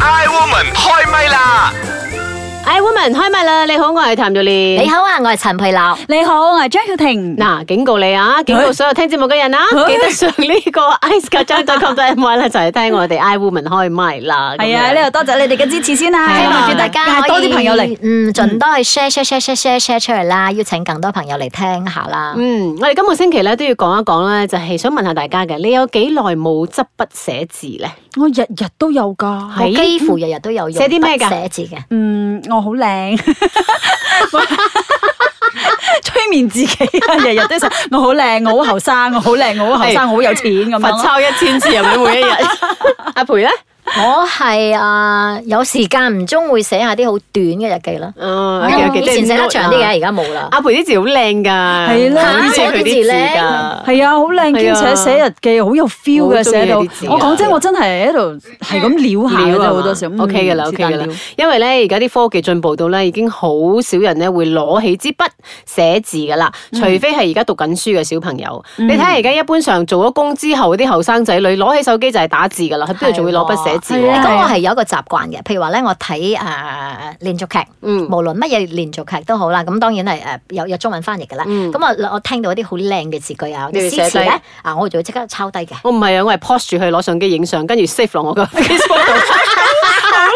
Iwoman 開唛啦！哎，woman 開唛啦！你好，我係譚玉蓮。你好啊，我係陳佩樂。你好，我係張曉婷。嗱，警告你啊，警告所有聽節目嘅人啊，哎記得上呢個 iceketchup.com.my 咧，就係聽我哋 I Woman 開麥啦。係啊，呢度多謝你哋嘅支持先啦，係希啊望希住大家望可以多啲朋友嚟。，嗯，盡多去 share share share share share share 出嚟啦，邀請更多朋友嚟聽下啦。嗯，我哋今個星期咧都要講一講咧，就係想問下大家嘅，你有幾耐冇執筆寫字咧？我日日都有噶我係幾乎日日都有用寫啲咩㗎筆寫字嘅，嗯，我 好靚。催眠自己啊！日日都想我好靚，我好後生，我好靚，我好後生，我好有錢咁罰樣。抄一千字係咪每一日？阿培咧？我係啊有時間唔中會寫下啲好短嘅日記啦。嗯以前寫得長啲啊嘅，。而家冇啦。阿培啲字好靚㗎，係啦好中意佢啲字㗎。係啊，好靚，係兼啊且寫日記好有 feel 我好嘅中意寫到。呢啲字啊我講真，我真係喺度係咁撩下嘅料啫，啊好多時。嗯 O K 嘅啦，O 是 K 但嘅啦料。因為咧，而家啲科技進步到咧，已經好少人咧會攞起支筆寫字噶啦，除非係而家讀緊書嘅小朋友。你睇下而家一般上做咗工之後啲後生仔女攞起手機就係打字噶啦，佢邊度仲會攞筆寫字係啊喎？咁我係有一個習慣嘅，譬如話咧，我睇誒連續劇，嗯無論乜嘢連續劇都好啦，咁當然係誒有有中文翻譯嘅啦。嗯咁我我聽到一啲好靚嘅字句啊，你會啲寫詩詞低咧啊，我就會即刻抄低嘅。我唔係啊，我係 pause 住佢攞相機影相，跟住 save 落我個 Facebook 度。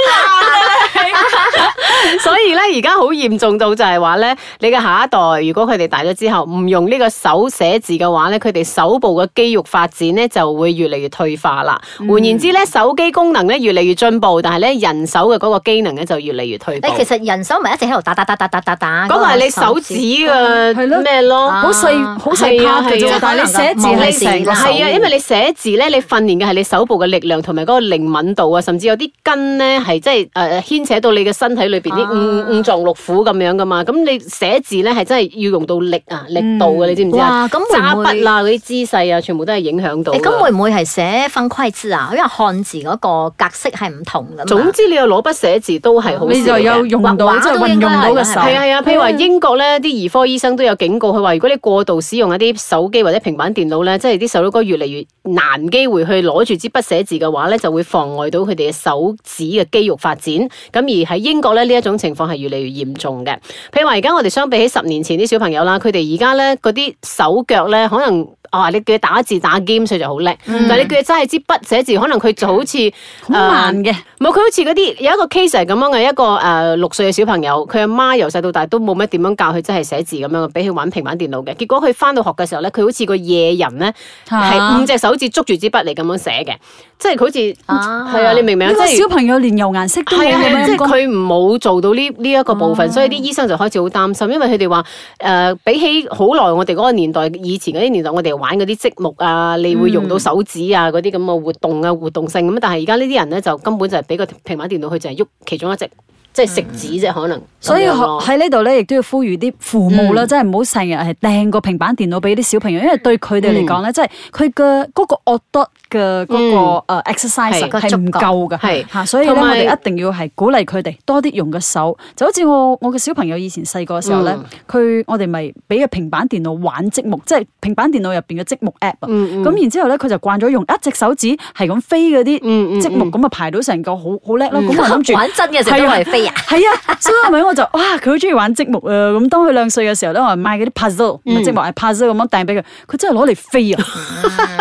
所以咧，而家好嚴重到就係話咧，你嘅下一代如果佢哋大咗之後唔用呢個手寫字嘅話咧，佢哋手部嘅肌肉發展咧就會越嚟越退化啦。換言之咧，手機功能咧越嚟越進步，但係咧人手嘅嗰個機能咧就越嚟越退步。你其實人手咪一直喺度打打打打打打打，嗰個係你手指係咯嘅咩咯？啊好細好細係啊 part 嘅係啊啫，但係你寫字望係你成個手啦係啊，因為你寫字咧，你訓練嘅係你手部嘅力量同埋嗰個靈敏度啊，甚至有啲筋咧係即係誒牽扯到你嘅身體裏啊邊啲五五臟六腑咁樣噶嘛。咁你寫字咧係真係要用到力啊，力度嘅，你知唔知啊？哇咁會揸唔會筆啦，嗰啲姿勢啊，全部都係影響到㗎。誒咁會唔會係寫分規字啊？因為漢字嗰個格式係唔同㗎嘛。總之你有攞筆寫字都係好事嚟嘅。你就有用到畫畫即都係運用到嘅手。係啊係啊，譬如話英國咧，啲兒科醫生都有警告，佢話如果你過度使用一啲手機或者平板電腦咧，即係啲細佬哥越嚟越難機會去攞住支筆寫字嘅話咧，就會妨礙到佢哋嘅手指嘅肌肉發展。咁而喺英國咧，呢一種情況係越嚟越嚴重嘅。譬如話而家我哋相比起十年前啲小朋友啦，佢哋而家咧嗰啲手腳咧，可能啊你叫佢打字打 game 佢就好叻，但係你叫佢揸起支筆寫字，可能佢就好似好慢嘅。冇，佢好似嗰啲有一個 case 係咁樣嘅，一個誒六歲嘅小朋友，佢阿媽由細到大都冇乜點樣教佢真係寫字咁樣，俾佢玩平板電腦嘅。結果佢翻到學嘅時候咧，佢好似個野人咧，啊係五隻手指捉住支筆嚟咁樣寫嘅，即係佢好啊似係啊，你明唔明啊？呢即個係小朋友連油顏色都冇係啊係啊，嘅即咩哦係？佢冇做到呢呢一個部分，所以啲醫生就開始好擔心，因為佢哋話誒比起好耐我哋嗰個年代，以前嗰啲年代我哋玩嗰啲積木啊，你會用到手指啊嗰啲咁嘅活動啊活動性咁，但係而家呢啲人咧就根本就係俾個平板電腦佢就係喐其中一隻，即係食指啫可能。所以咁樣咯喺呢度咧，亦都要呼籲啲父母嗯啦，真係唔好成日係掟個平板電腦俾啲小朋友，因為對佢哋嚟講嗯咧，即係佢嘅嗰個 o d 嘅嗰個誒呃 exercise 係啊係唔夠嘅，係嚇，所以咧同我埋哋一定要係鼓勵佢哋多啲用個手，就好似我我嘅小朋友以前細個嘅時候咧嗯，佢我哋咪俾個平板電腦玩積木，即係平板電腦入邊嘅積木 app 啊，嗯嗯咁然之後咧佢就慣咗用一隻手指係咁飛嗰嗯嗯啲積木嗯咁啊排到成個好好叻啦，咁我諗住。玩真嘅時候都係飛啊！係啊，所以係咪我就哇佢好中意玩積木啊！咁當佢兩歲嘅時候咧，我係買嗰啲 puzzle，唔嗯係積木係 puzzle 咁樣掟俾佢，佢真係攞嚟飛啊！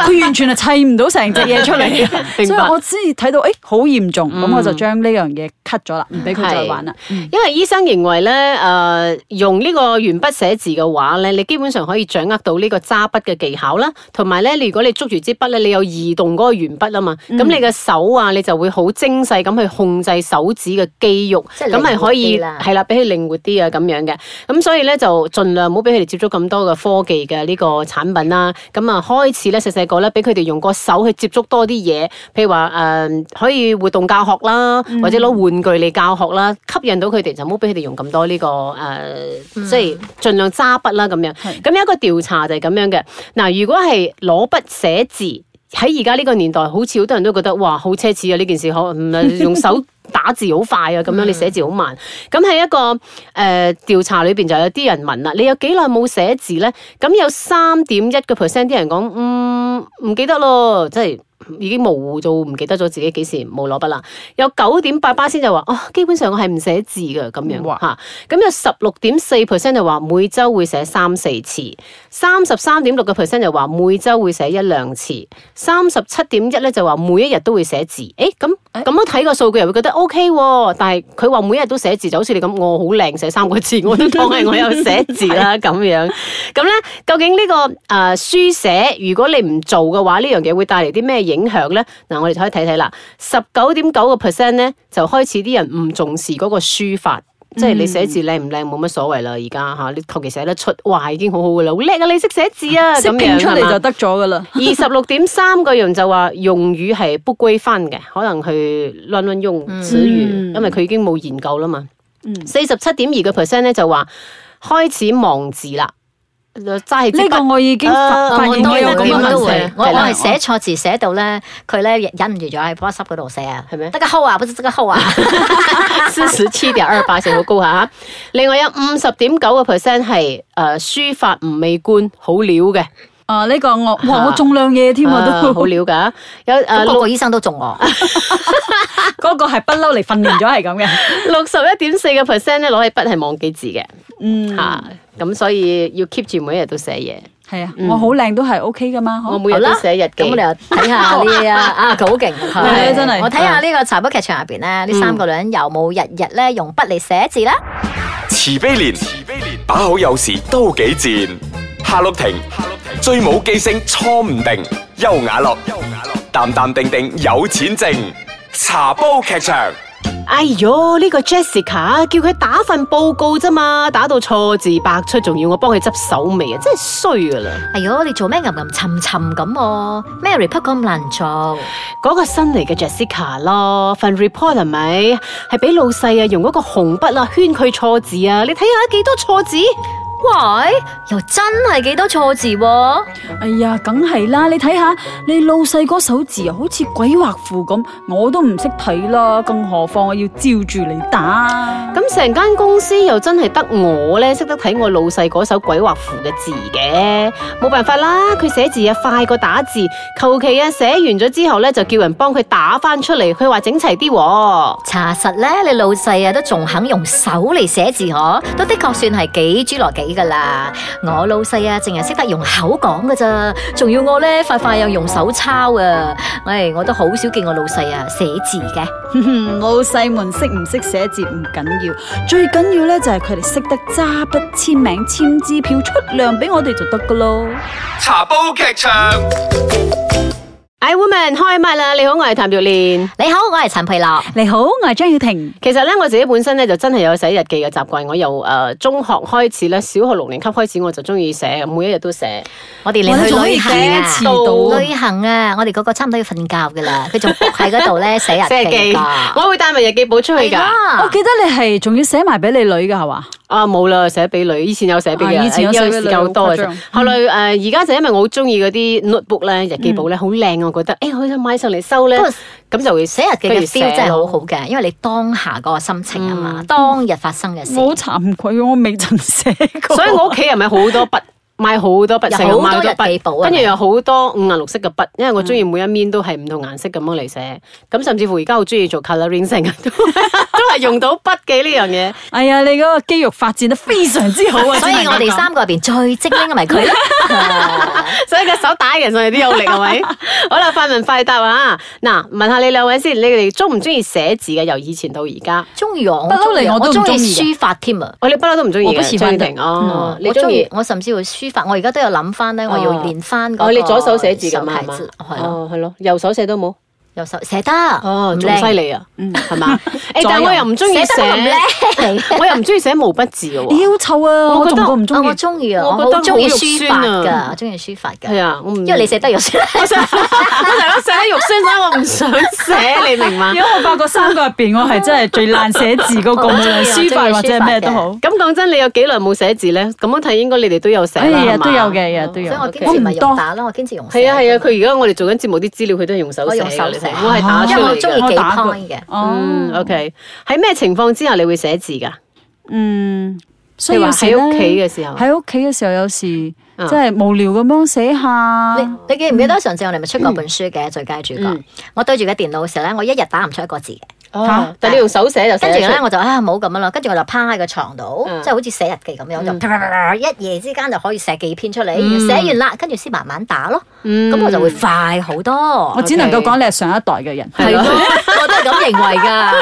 佢完全係砌唔到成隻嘢出嚟啊， 明白嗯所以我先至睇到誒好嚴重，咁我就將呢樣嘢 cut 咗啦，唔俾佢再玩啦。嗯因為醫生認為咧，誒、呃用呢個鉛筆寫字嘅話咧，你基本上可以掌握到呢個揸筆嘅技巧啦，同埋咧，你如果你捉住支筆咧，你有移動嗰個鉛筆啊嘛，嗯咁、你嘅手啊，你就會好精細咁去控制手指嘅肌肉，即係咁係可以靈活啲啦係啦，俾佢靈活啲啊咁樣嘅，咁所以咧就盡量唔好俾佢哋接觸咁多嘅科技嘅呢個產品啦，咁啊開始咧細細個咧俾佢哋用個手去接觸多啲嘢，譬如話誒、可以活動教學啦，或者攞玩具嚟教學啦，吸引到佢哋就唔好俾佢哋用咁多呢、個誒、即係盡量揸筆啦咁樣。咁有一個調查就係咁樣嘅，嗱，如果係攞筆寫字。喺而家呢個年代，好似好多人都覺得哇，好奢侈啊！呢件事可唔係用手打字好快啊，咁樣你寫字好慢。咁喺一個誒、呃、調查裏邊就有啲人問啦，你有幾耐冇寫字咧？咁有三點一個 percent 啲人講，嗯，唔記得咯，即係已經模糊到唔記得咗自己幾時冇攞筆啦。有九點八巴先就話哦，基本上我係唔寫字嘅咁樣哇嚇。咁有十六點四 percent 就話每週會寫三四次，三十三點六嘅 percent 就話每週會寫一兩次，三十七點一咧就話每一日都會寫字。誒咁咁樣睇個數據又會覺得 O K 喎，但係佢話每一日都寫字就好似你咁，我好靚寫三個字，我都當係我有寫字啦咁樣。咁咧，究竟呢、個誒、呃、書寫，如果你唔做嘅話，呢樣嘢會帶嚟啲咩影響咧？嗱，我哋可以睇睇啦。十九點九個 percent 咧，就開始啲人唔重視嗰個書法。即係你寫字靚唔靚冇乜所謂啦，而家吓你求其寫得出，哇已經好好噶啦，好叻啊！你識寫字啊， 識咁拼樣出係嚟嘛就得咗噶啦。二十六點三個人就話用語係不規範嘅，可能去亂亂用詞語，嗯因為佢已經冇研究啦嘛嗯。四十七點二個 percent 咧就話開始忘字啦，就齋係支筆呢 個我已經發啊發現我我有都咁有嘅咁都樣問題。會寫，我係我啦係寫錯字寫到咧，佢咧忍唔住咗喺 WhatsApp 嗰度寫啊，係咩得個號啊，不是得個號啊，四十七點二八成好高下。另外有五十點九個 percent 係誒書法唔美觀，好料嘅，啊，呢個我哇，啊我中兩嘢添啊，啊都好料㗎。有誒咁六個個醫生都中我， 嗰個係不嬲嚟訓練咗係咁嘅。六十一點四個 percent 咧攞起筆係忘記字嘅嗯，嚇，咁所以要 keep 住每一日都寫嘢。係嗯啊，我好靚都係 OK 噶嘛。我嗬每日都寫日記咁我。哋又睇下呢啊，啊佢好勁，係佢真係我睇下呢個茶煲劇場入邊咧，呢三個女人有冇日日咧用筆嚟寫字咧？慈悲蓮，慈悲蓮，把好有時都幾賤。夏綠庭，夏綠庭，最冇記性錯唔定。優雅樂，優雅樂，淡淡定定有錢剩。茶煲劇場，哎喲，呢、個 Jessica 叫佢打份報告咋嘛，打到錯字百出，仲要我幫佢執手尾啊，真係衰噶啦！哎喲，你做咩吟吟沉沉咁喎？咩 report 咁難做？嗰、個新嚟嘅 Jessica 咯，份 report 係咪係俾老細啊用嗰個紅筆啊圈佢錯字啊？你睇下幾多錯字？喂，又真係幾多錯字喎？哎呀，梗係啦！你睇下你老細嗰手字啊，好似鬼畫符咁，我都唔識睇啦，更何況我要照住你打。咁成間公司又真係得我咧識得睇我老細嗰首鬼畫符嘅字嘅，冇辦法啦，佢寫字啊快過打字，求其啊寫完咗之後咧就叫人幫佢打翻出嚟，佢話整齊啲喎。查實咧，你老細啊都仲肯用手嚟寫字嗬，都的確算係幾侏羅紀噶啦。我老細啊，淨係識得用口講噶咋，仲要我咧快快又用手抄啊。唉，我都好少見我老細啊寫字嘅。 老細們識唔識寫字唔緊要，最緊要咧就係佢哋識得揸筆簽名、簽支票、出糧俾我哋就得噶咯。茶煲劇場。 I 哎 woman 開麥啦！你好，我係譚玉蓮。你好，我係陳佩樂。你好，我係張耀婷。其實咧，我自己本身咧就真係有寫日記嘅習慣。我由誒、呃中學開始咧，小學六年級開始我就中意寫，每一日都寫。我哋連哇你去仲可旅以行啊，幾多次到啊旅行啊，我哋嗰個差唔多要瞓覺噶啦，佢仲仆喺嗰度咧寫日 寫日記記㗎，我會帶埋日啊記簿出去係啊㗎。我記得你係仲要寫埋俾你女噶係嘛？啊，冇啦，寫俾女，以前有寫俾啊嘅，以前有因寫為俾時女間好多嘅啫好誇張。後來呃誒，而家就因為我好中意嗰啲 notebook 咧，日記簿咧，好靚，我覺得，誒，好想買上嚟收咧不過，咁就會寫日記不如嘅 feel 真係好咯好嘅，因為你當下嗰個心情啊嗯嘛，當日發生嘅事。我好慚愧，我未曾寫過。所以我屋企人咪好多筆，買好多筆，有成日買好多多日記簿筆，啊跟住有好多五顏六色嘅筆，因為我中意每一面都係唔同顏色咁樣嚟寫。咁甚至乎而家好中意做 colouring 成日都 都係用到筆嘅呢樣嘢。哎呀，你嗰個肌肉發展得非常之好 啊！所以我哋三個入邊最精靈嘅咪 佢啦。所以個手打人上嚟都有力係咪？好啦，快問快答啊！嗱，問下你兩位先，你哋中唔中意寫字嘅？由以前到而家，中意我，不嬲中意嚟我都唔中中意意嘅書法添啊！嗯我哋不嬲都唔中意我不嘅。是張反雨對婷哦，你我中中意意，我甚至會書法。我而家都有諗翻咧，我要練翻嗰哦，個你左手寫字㗎嘛手係體字嘛？係咯，哦，係咯，右手寫都冇。右手寫得哦，唔仲犀靚利啊，係嘛？誒，左但係我又唔中意寫得都唔寫，靚。 我又唔中意寫毛筆字嘅喎。妖臭啊！我我覺得仲過唔啊中我意。中意啊！我我覺得好中意好肉書酸法啊㗎，我中意書法係㗎。啊，我唔因為你寫得又算， 我想我成日都寫得肉酸，所以我唔想寫，你明 嘛如？果我發覺三個入邊，我係真係最爛寫字嗰個，無 我中意論我中意書法或書者法咩都嘅好。咁講真，你有幾耐冇寫字咧？咁樣睇應該你哋都有寫哎啦，係呀，嘛哦都有。嘅，日日都所以有。我堅我持唔咪用多，打咯，我堅持用寫。係啊係啊，佢而家我哋做緊節目啲資料，佢都係用手我寫用嘅，手你寫睇我係打啊出因為嚟我嘅中意我幾打過 point 嘅。嗯哦， ，OK，喺咩情況之下你會寫字㗎？嗯，需你話要喺時屋企咧嘅時候，喺屋企嘅時候有時。啊即係無聊咁樣寫下。你你記唔記得嗯上次我哋咪出過本書嘅最佳主角？我對住個電腦嘅時候咧，我一日打唔出一個字嘅。哦但係你用手寫就寫跟得住出咧我就啊冇咁樣啦，跟住我就趴喺個床度，嗯即係好似寫日記咁樣，就嗯啪啪啪啪一夜之間就可以寫幾篇出嚟，嗯寫完啦，跟住先慢慢打咯。嗯咁我就會快好多我。只能夠 OK 講你係上一代嘅人。係咯咯，我都係咁認為㗎。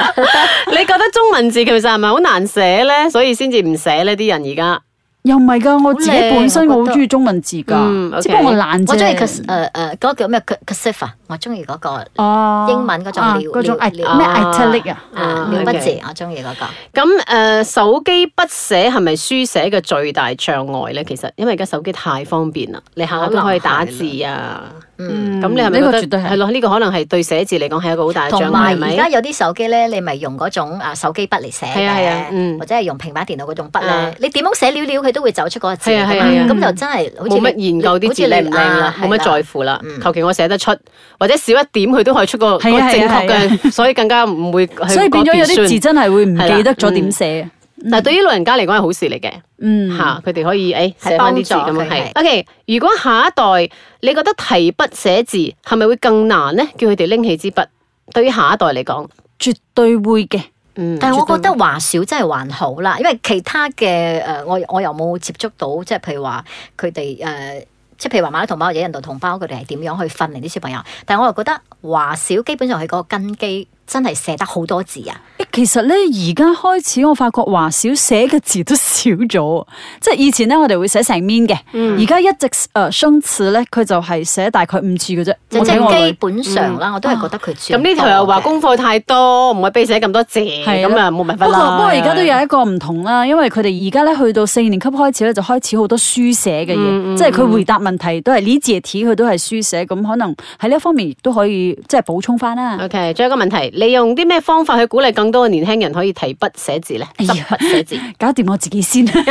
你覺得中文字其實係咪好難寫咧？所以先至唔寫呢啲人而家。又唔係㗎，我自己好靚本身我覺我好得中意中文字嗯㗎，只不過我 OK 懶啫。我中意 cas 誒誒嗰個叫咩 casif 啊，我中意嗰個哦，英文嗰種啊料嗰種料咩料 italic 啊，啊啊秒筆字 OK，我中意嗰個。咁誒、呃手機筆寫係咪書寫嘅最大障礙咧？其實因為而家手機太方便啦，你下下都可以打字啊。嗯。咁你係咪呢覺個得絕對係係。咯？呢個可能係對寫字嚟講係一個好大嘅障同礙，係埋而家咪？有啲手機咧，你咪用嗰種啊手機筆嚟寫係啊係啊嗯嘅，或者係用平板電腦嗰種筆啊咧，你點樣寫了了佢都會走出嗰個字係㗎啊嘛係啊係啊咁就真係好似冇乜你研究啲字靚唔靚啦，好冇似你啊乜在係啦乎啦。嗯求其我寫得出，或者少一點佢都可以出個個係啊正確係啊嘅， 所以更加唔會去所以變咗有嗰邊啲字酸真係會唔記得咗點寫。但係對於老人家嚟講係好事嚟嘅。嗯，吓，佢哋可以誒係寫翻啲字咁幫助樣佢係。OK，如果下一代你覺得提筆寫字係咪會更難咧？叫佢哋拎起支筆，對於下一代嚟講，絕對會嘅。嗯，但係我覺得話少真係還好啦，因為其他嘅誒，我我又冇接觸到，即係譬如話佢哋誒，即係譬如話馬來同胞或者印度同胞，佢哋係點樣去訓練啲小朋友？但係我又覺得話少，基本上佢嗰個根基真係寫得好多字啊！誒其實咧，而家開始我發覺華少寫嘅字都少咗，即係以前咧我哋會寫成面嘅，嗯而家、一直誒生詞咧，佢就係寫大概五次嘅啫。即我睇我係基女本上啦，我都係覺得佢咁轉呢條又話功課太多，唔可以俾佢寫咁多字，係咯咁啊冇辦法不過啦。不過而家都有一個唔同啦，因為佢哋而家咧去到四年級開始咧就開始好多書寫嘅嘢，嗯即係佢回答問題都係呢字題，佢都係書寫，咁可能喺呢一方面亦都可以即係補充翻啦。 OK，仲有一個問題，你用啲咩方法去鼓勵更多嘅年輕人可以提筆寫字咧？哎執呀筆寫字，搞掂我自己 先。OK，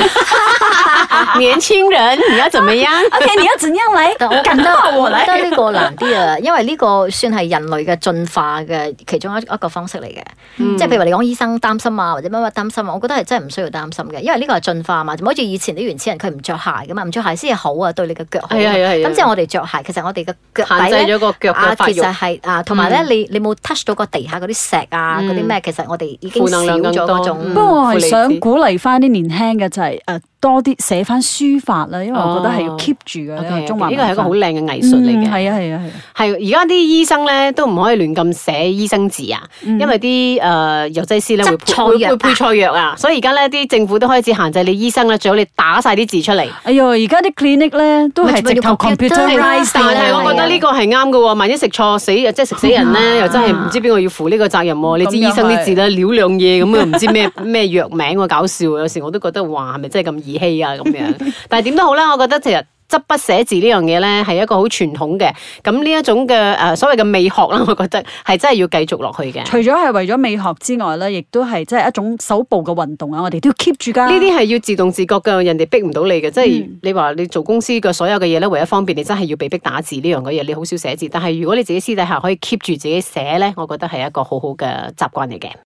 年輕人而家怎麼樣？你要怎樣嚟？但我覺啊得我覺得呢個難啲啊，因為呢個算係人類嘅進化嘅其中一一個方式嚟嘅，嗯即係譬如話你講醫生擔心啊，或者乜乜擔心啊，我覺得係真係唔需要擔心嘅，因為呢個係進化嘛，就好似以前啲原始人佢唔着鞋噶嘛，唔着鞋先係好啊，對你嘅腳好。係啊係啊係啊咁即係我哋着鞋，其實我哋嘅腳底限制咧咗個腳啊嘅，發其育。嗯實係啊，同埋咧你你冇 touch 到個地下嗰啲石啊嗰啲咩，其實我哋已經負少能量更咗多嗰種。嗯不過我係想鼓勵翻啲年輕嘅就係、誒多啲寫翻書法啦，因為我覺得係要哦 keep 住嘅呢 OK，個啊中華呢個文化。係一個好靚嘅藝術嚟嗯嘅。係啊係啊係啊，係而家啲醫生咧都唔可以亂咁寫醫生字啊，因為啲誒藥劑師咧會執配錯會藥會配錯藥啊，所以而家咧啲政府都開始限制你醫生咧，最好你打晒啲字出嚟。哎呦，而家啲 clinic 咧都咪係直頭要 computerise computerized 但啦係我覺得呢個係啱嘅喎，萬一食錯死，即係食死人咧，又真係唔知邊個要負呢個責任喎。你知醫生啲字咧，撩兩嘢咁啊，唔知咩咩藥名喎，搞笑啊！有時我都覺得哇，係咪真係咁兒戲啊咁樣？但係點都好啦，我覺得其實。執筆寫字呢樣嘢咧，係一個好傳統嘅，咁呢一種嘅誒、呃所謂嘅美學啦，我覺得係真係要繼續落去嘅。除咗係為咗美學之外咧，亦都係即係一種手部嘅運動啊！我哋都要 keep 住㗎。呢啲係要自動自覺嘅，人哋逼唔到你嘅。即係你話你做公司嘅所有嘅嘢咧，唯一方便你真係要被逼打字呢樣嘅嘢，你好少寫字。但係如果你自己私底下可以 keep 住自己寫咧，我覺得係一個好好嘅習慣嚟嘅。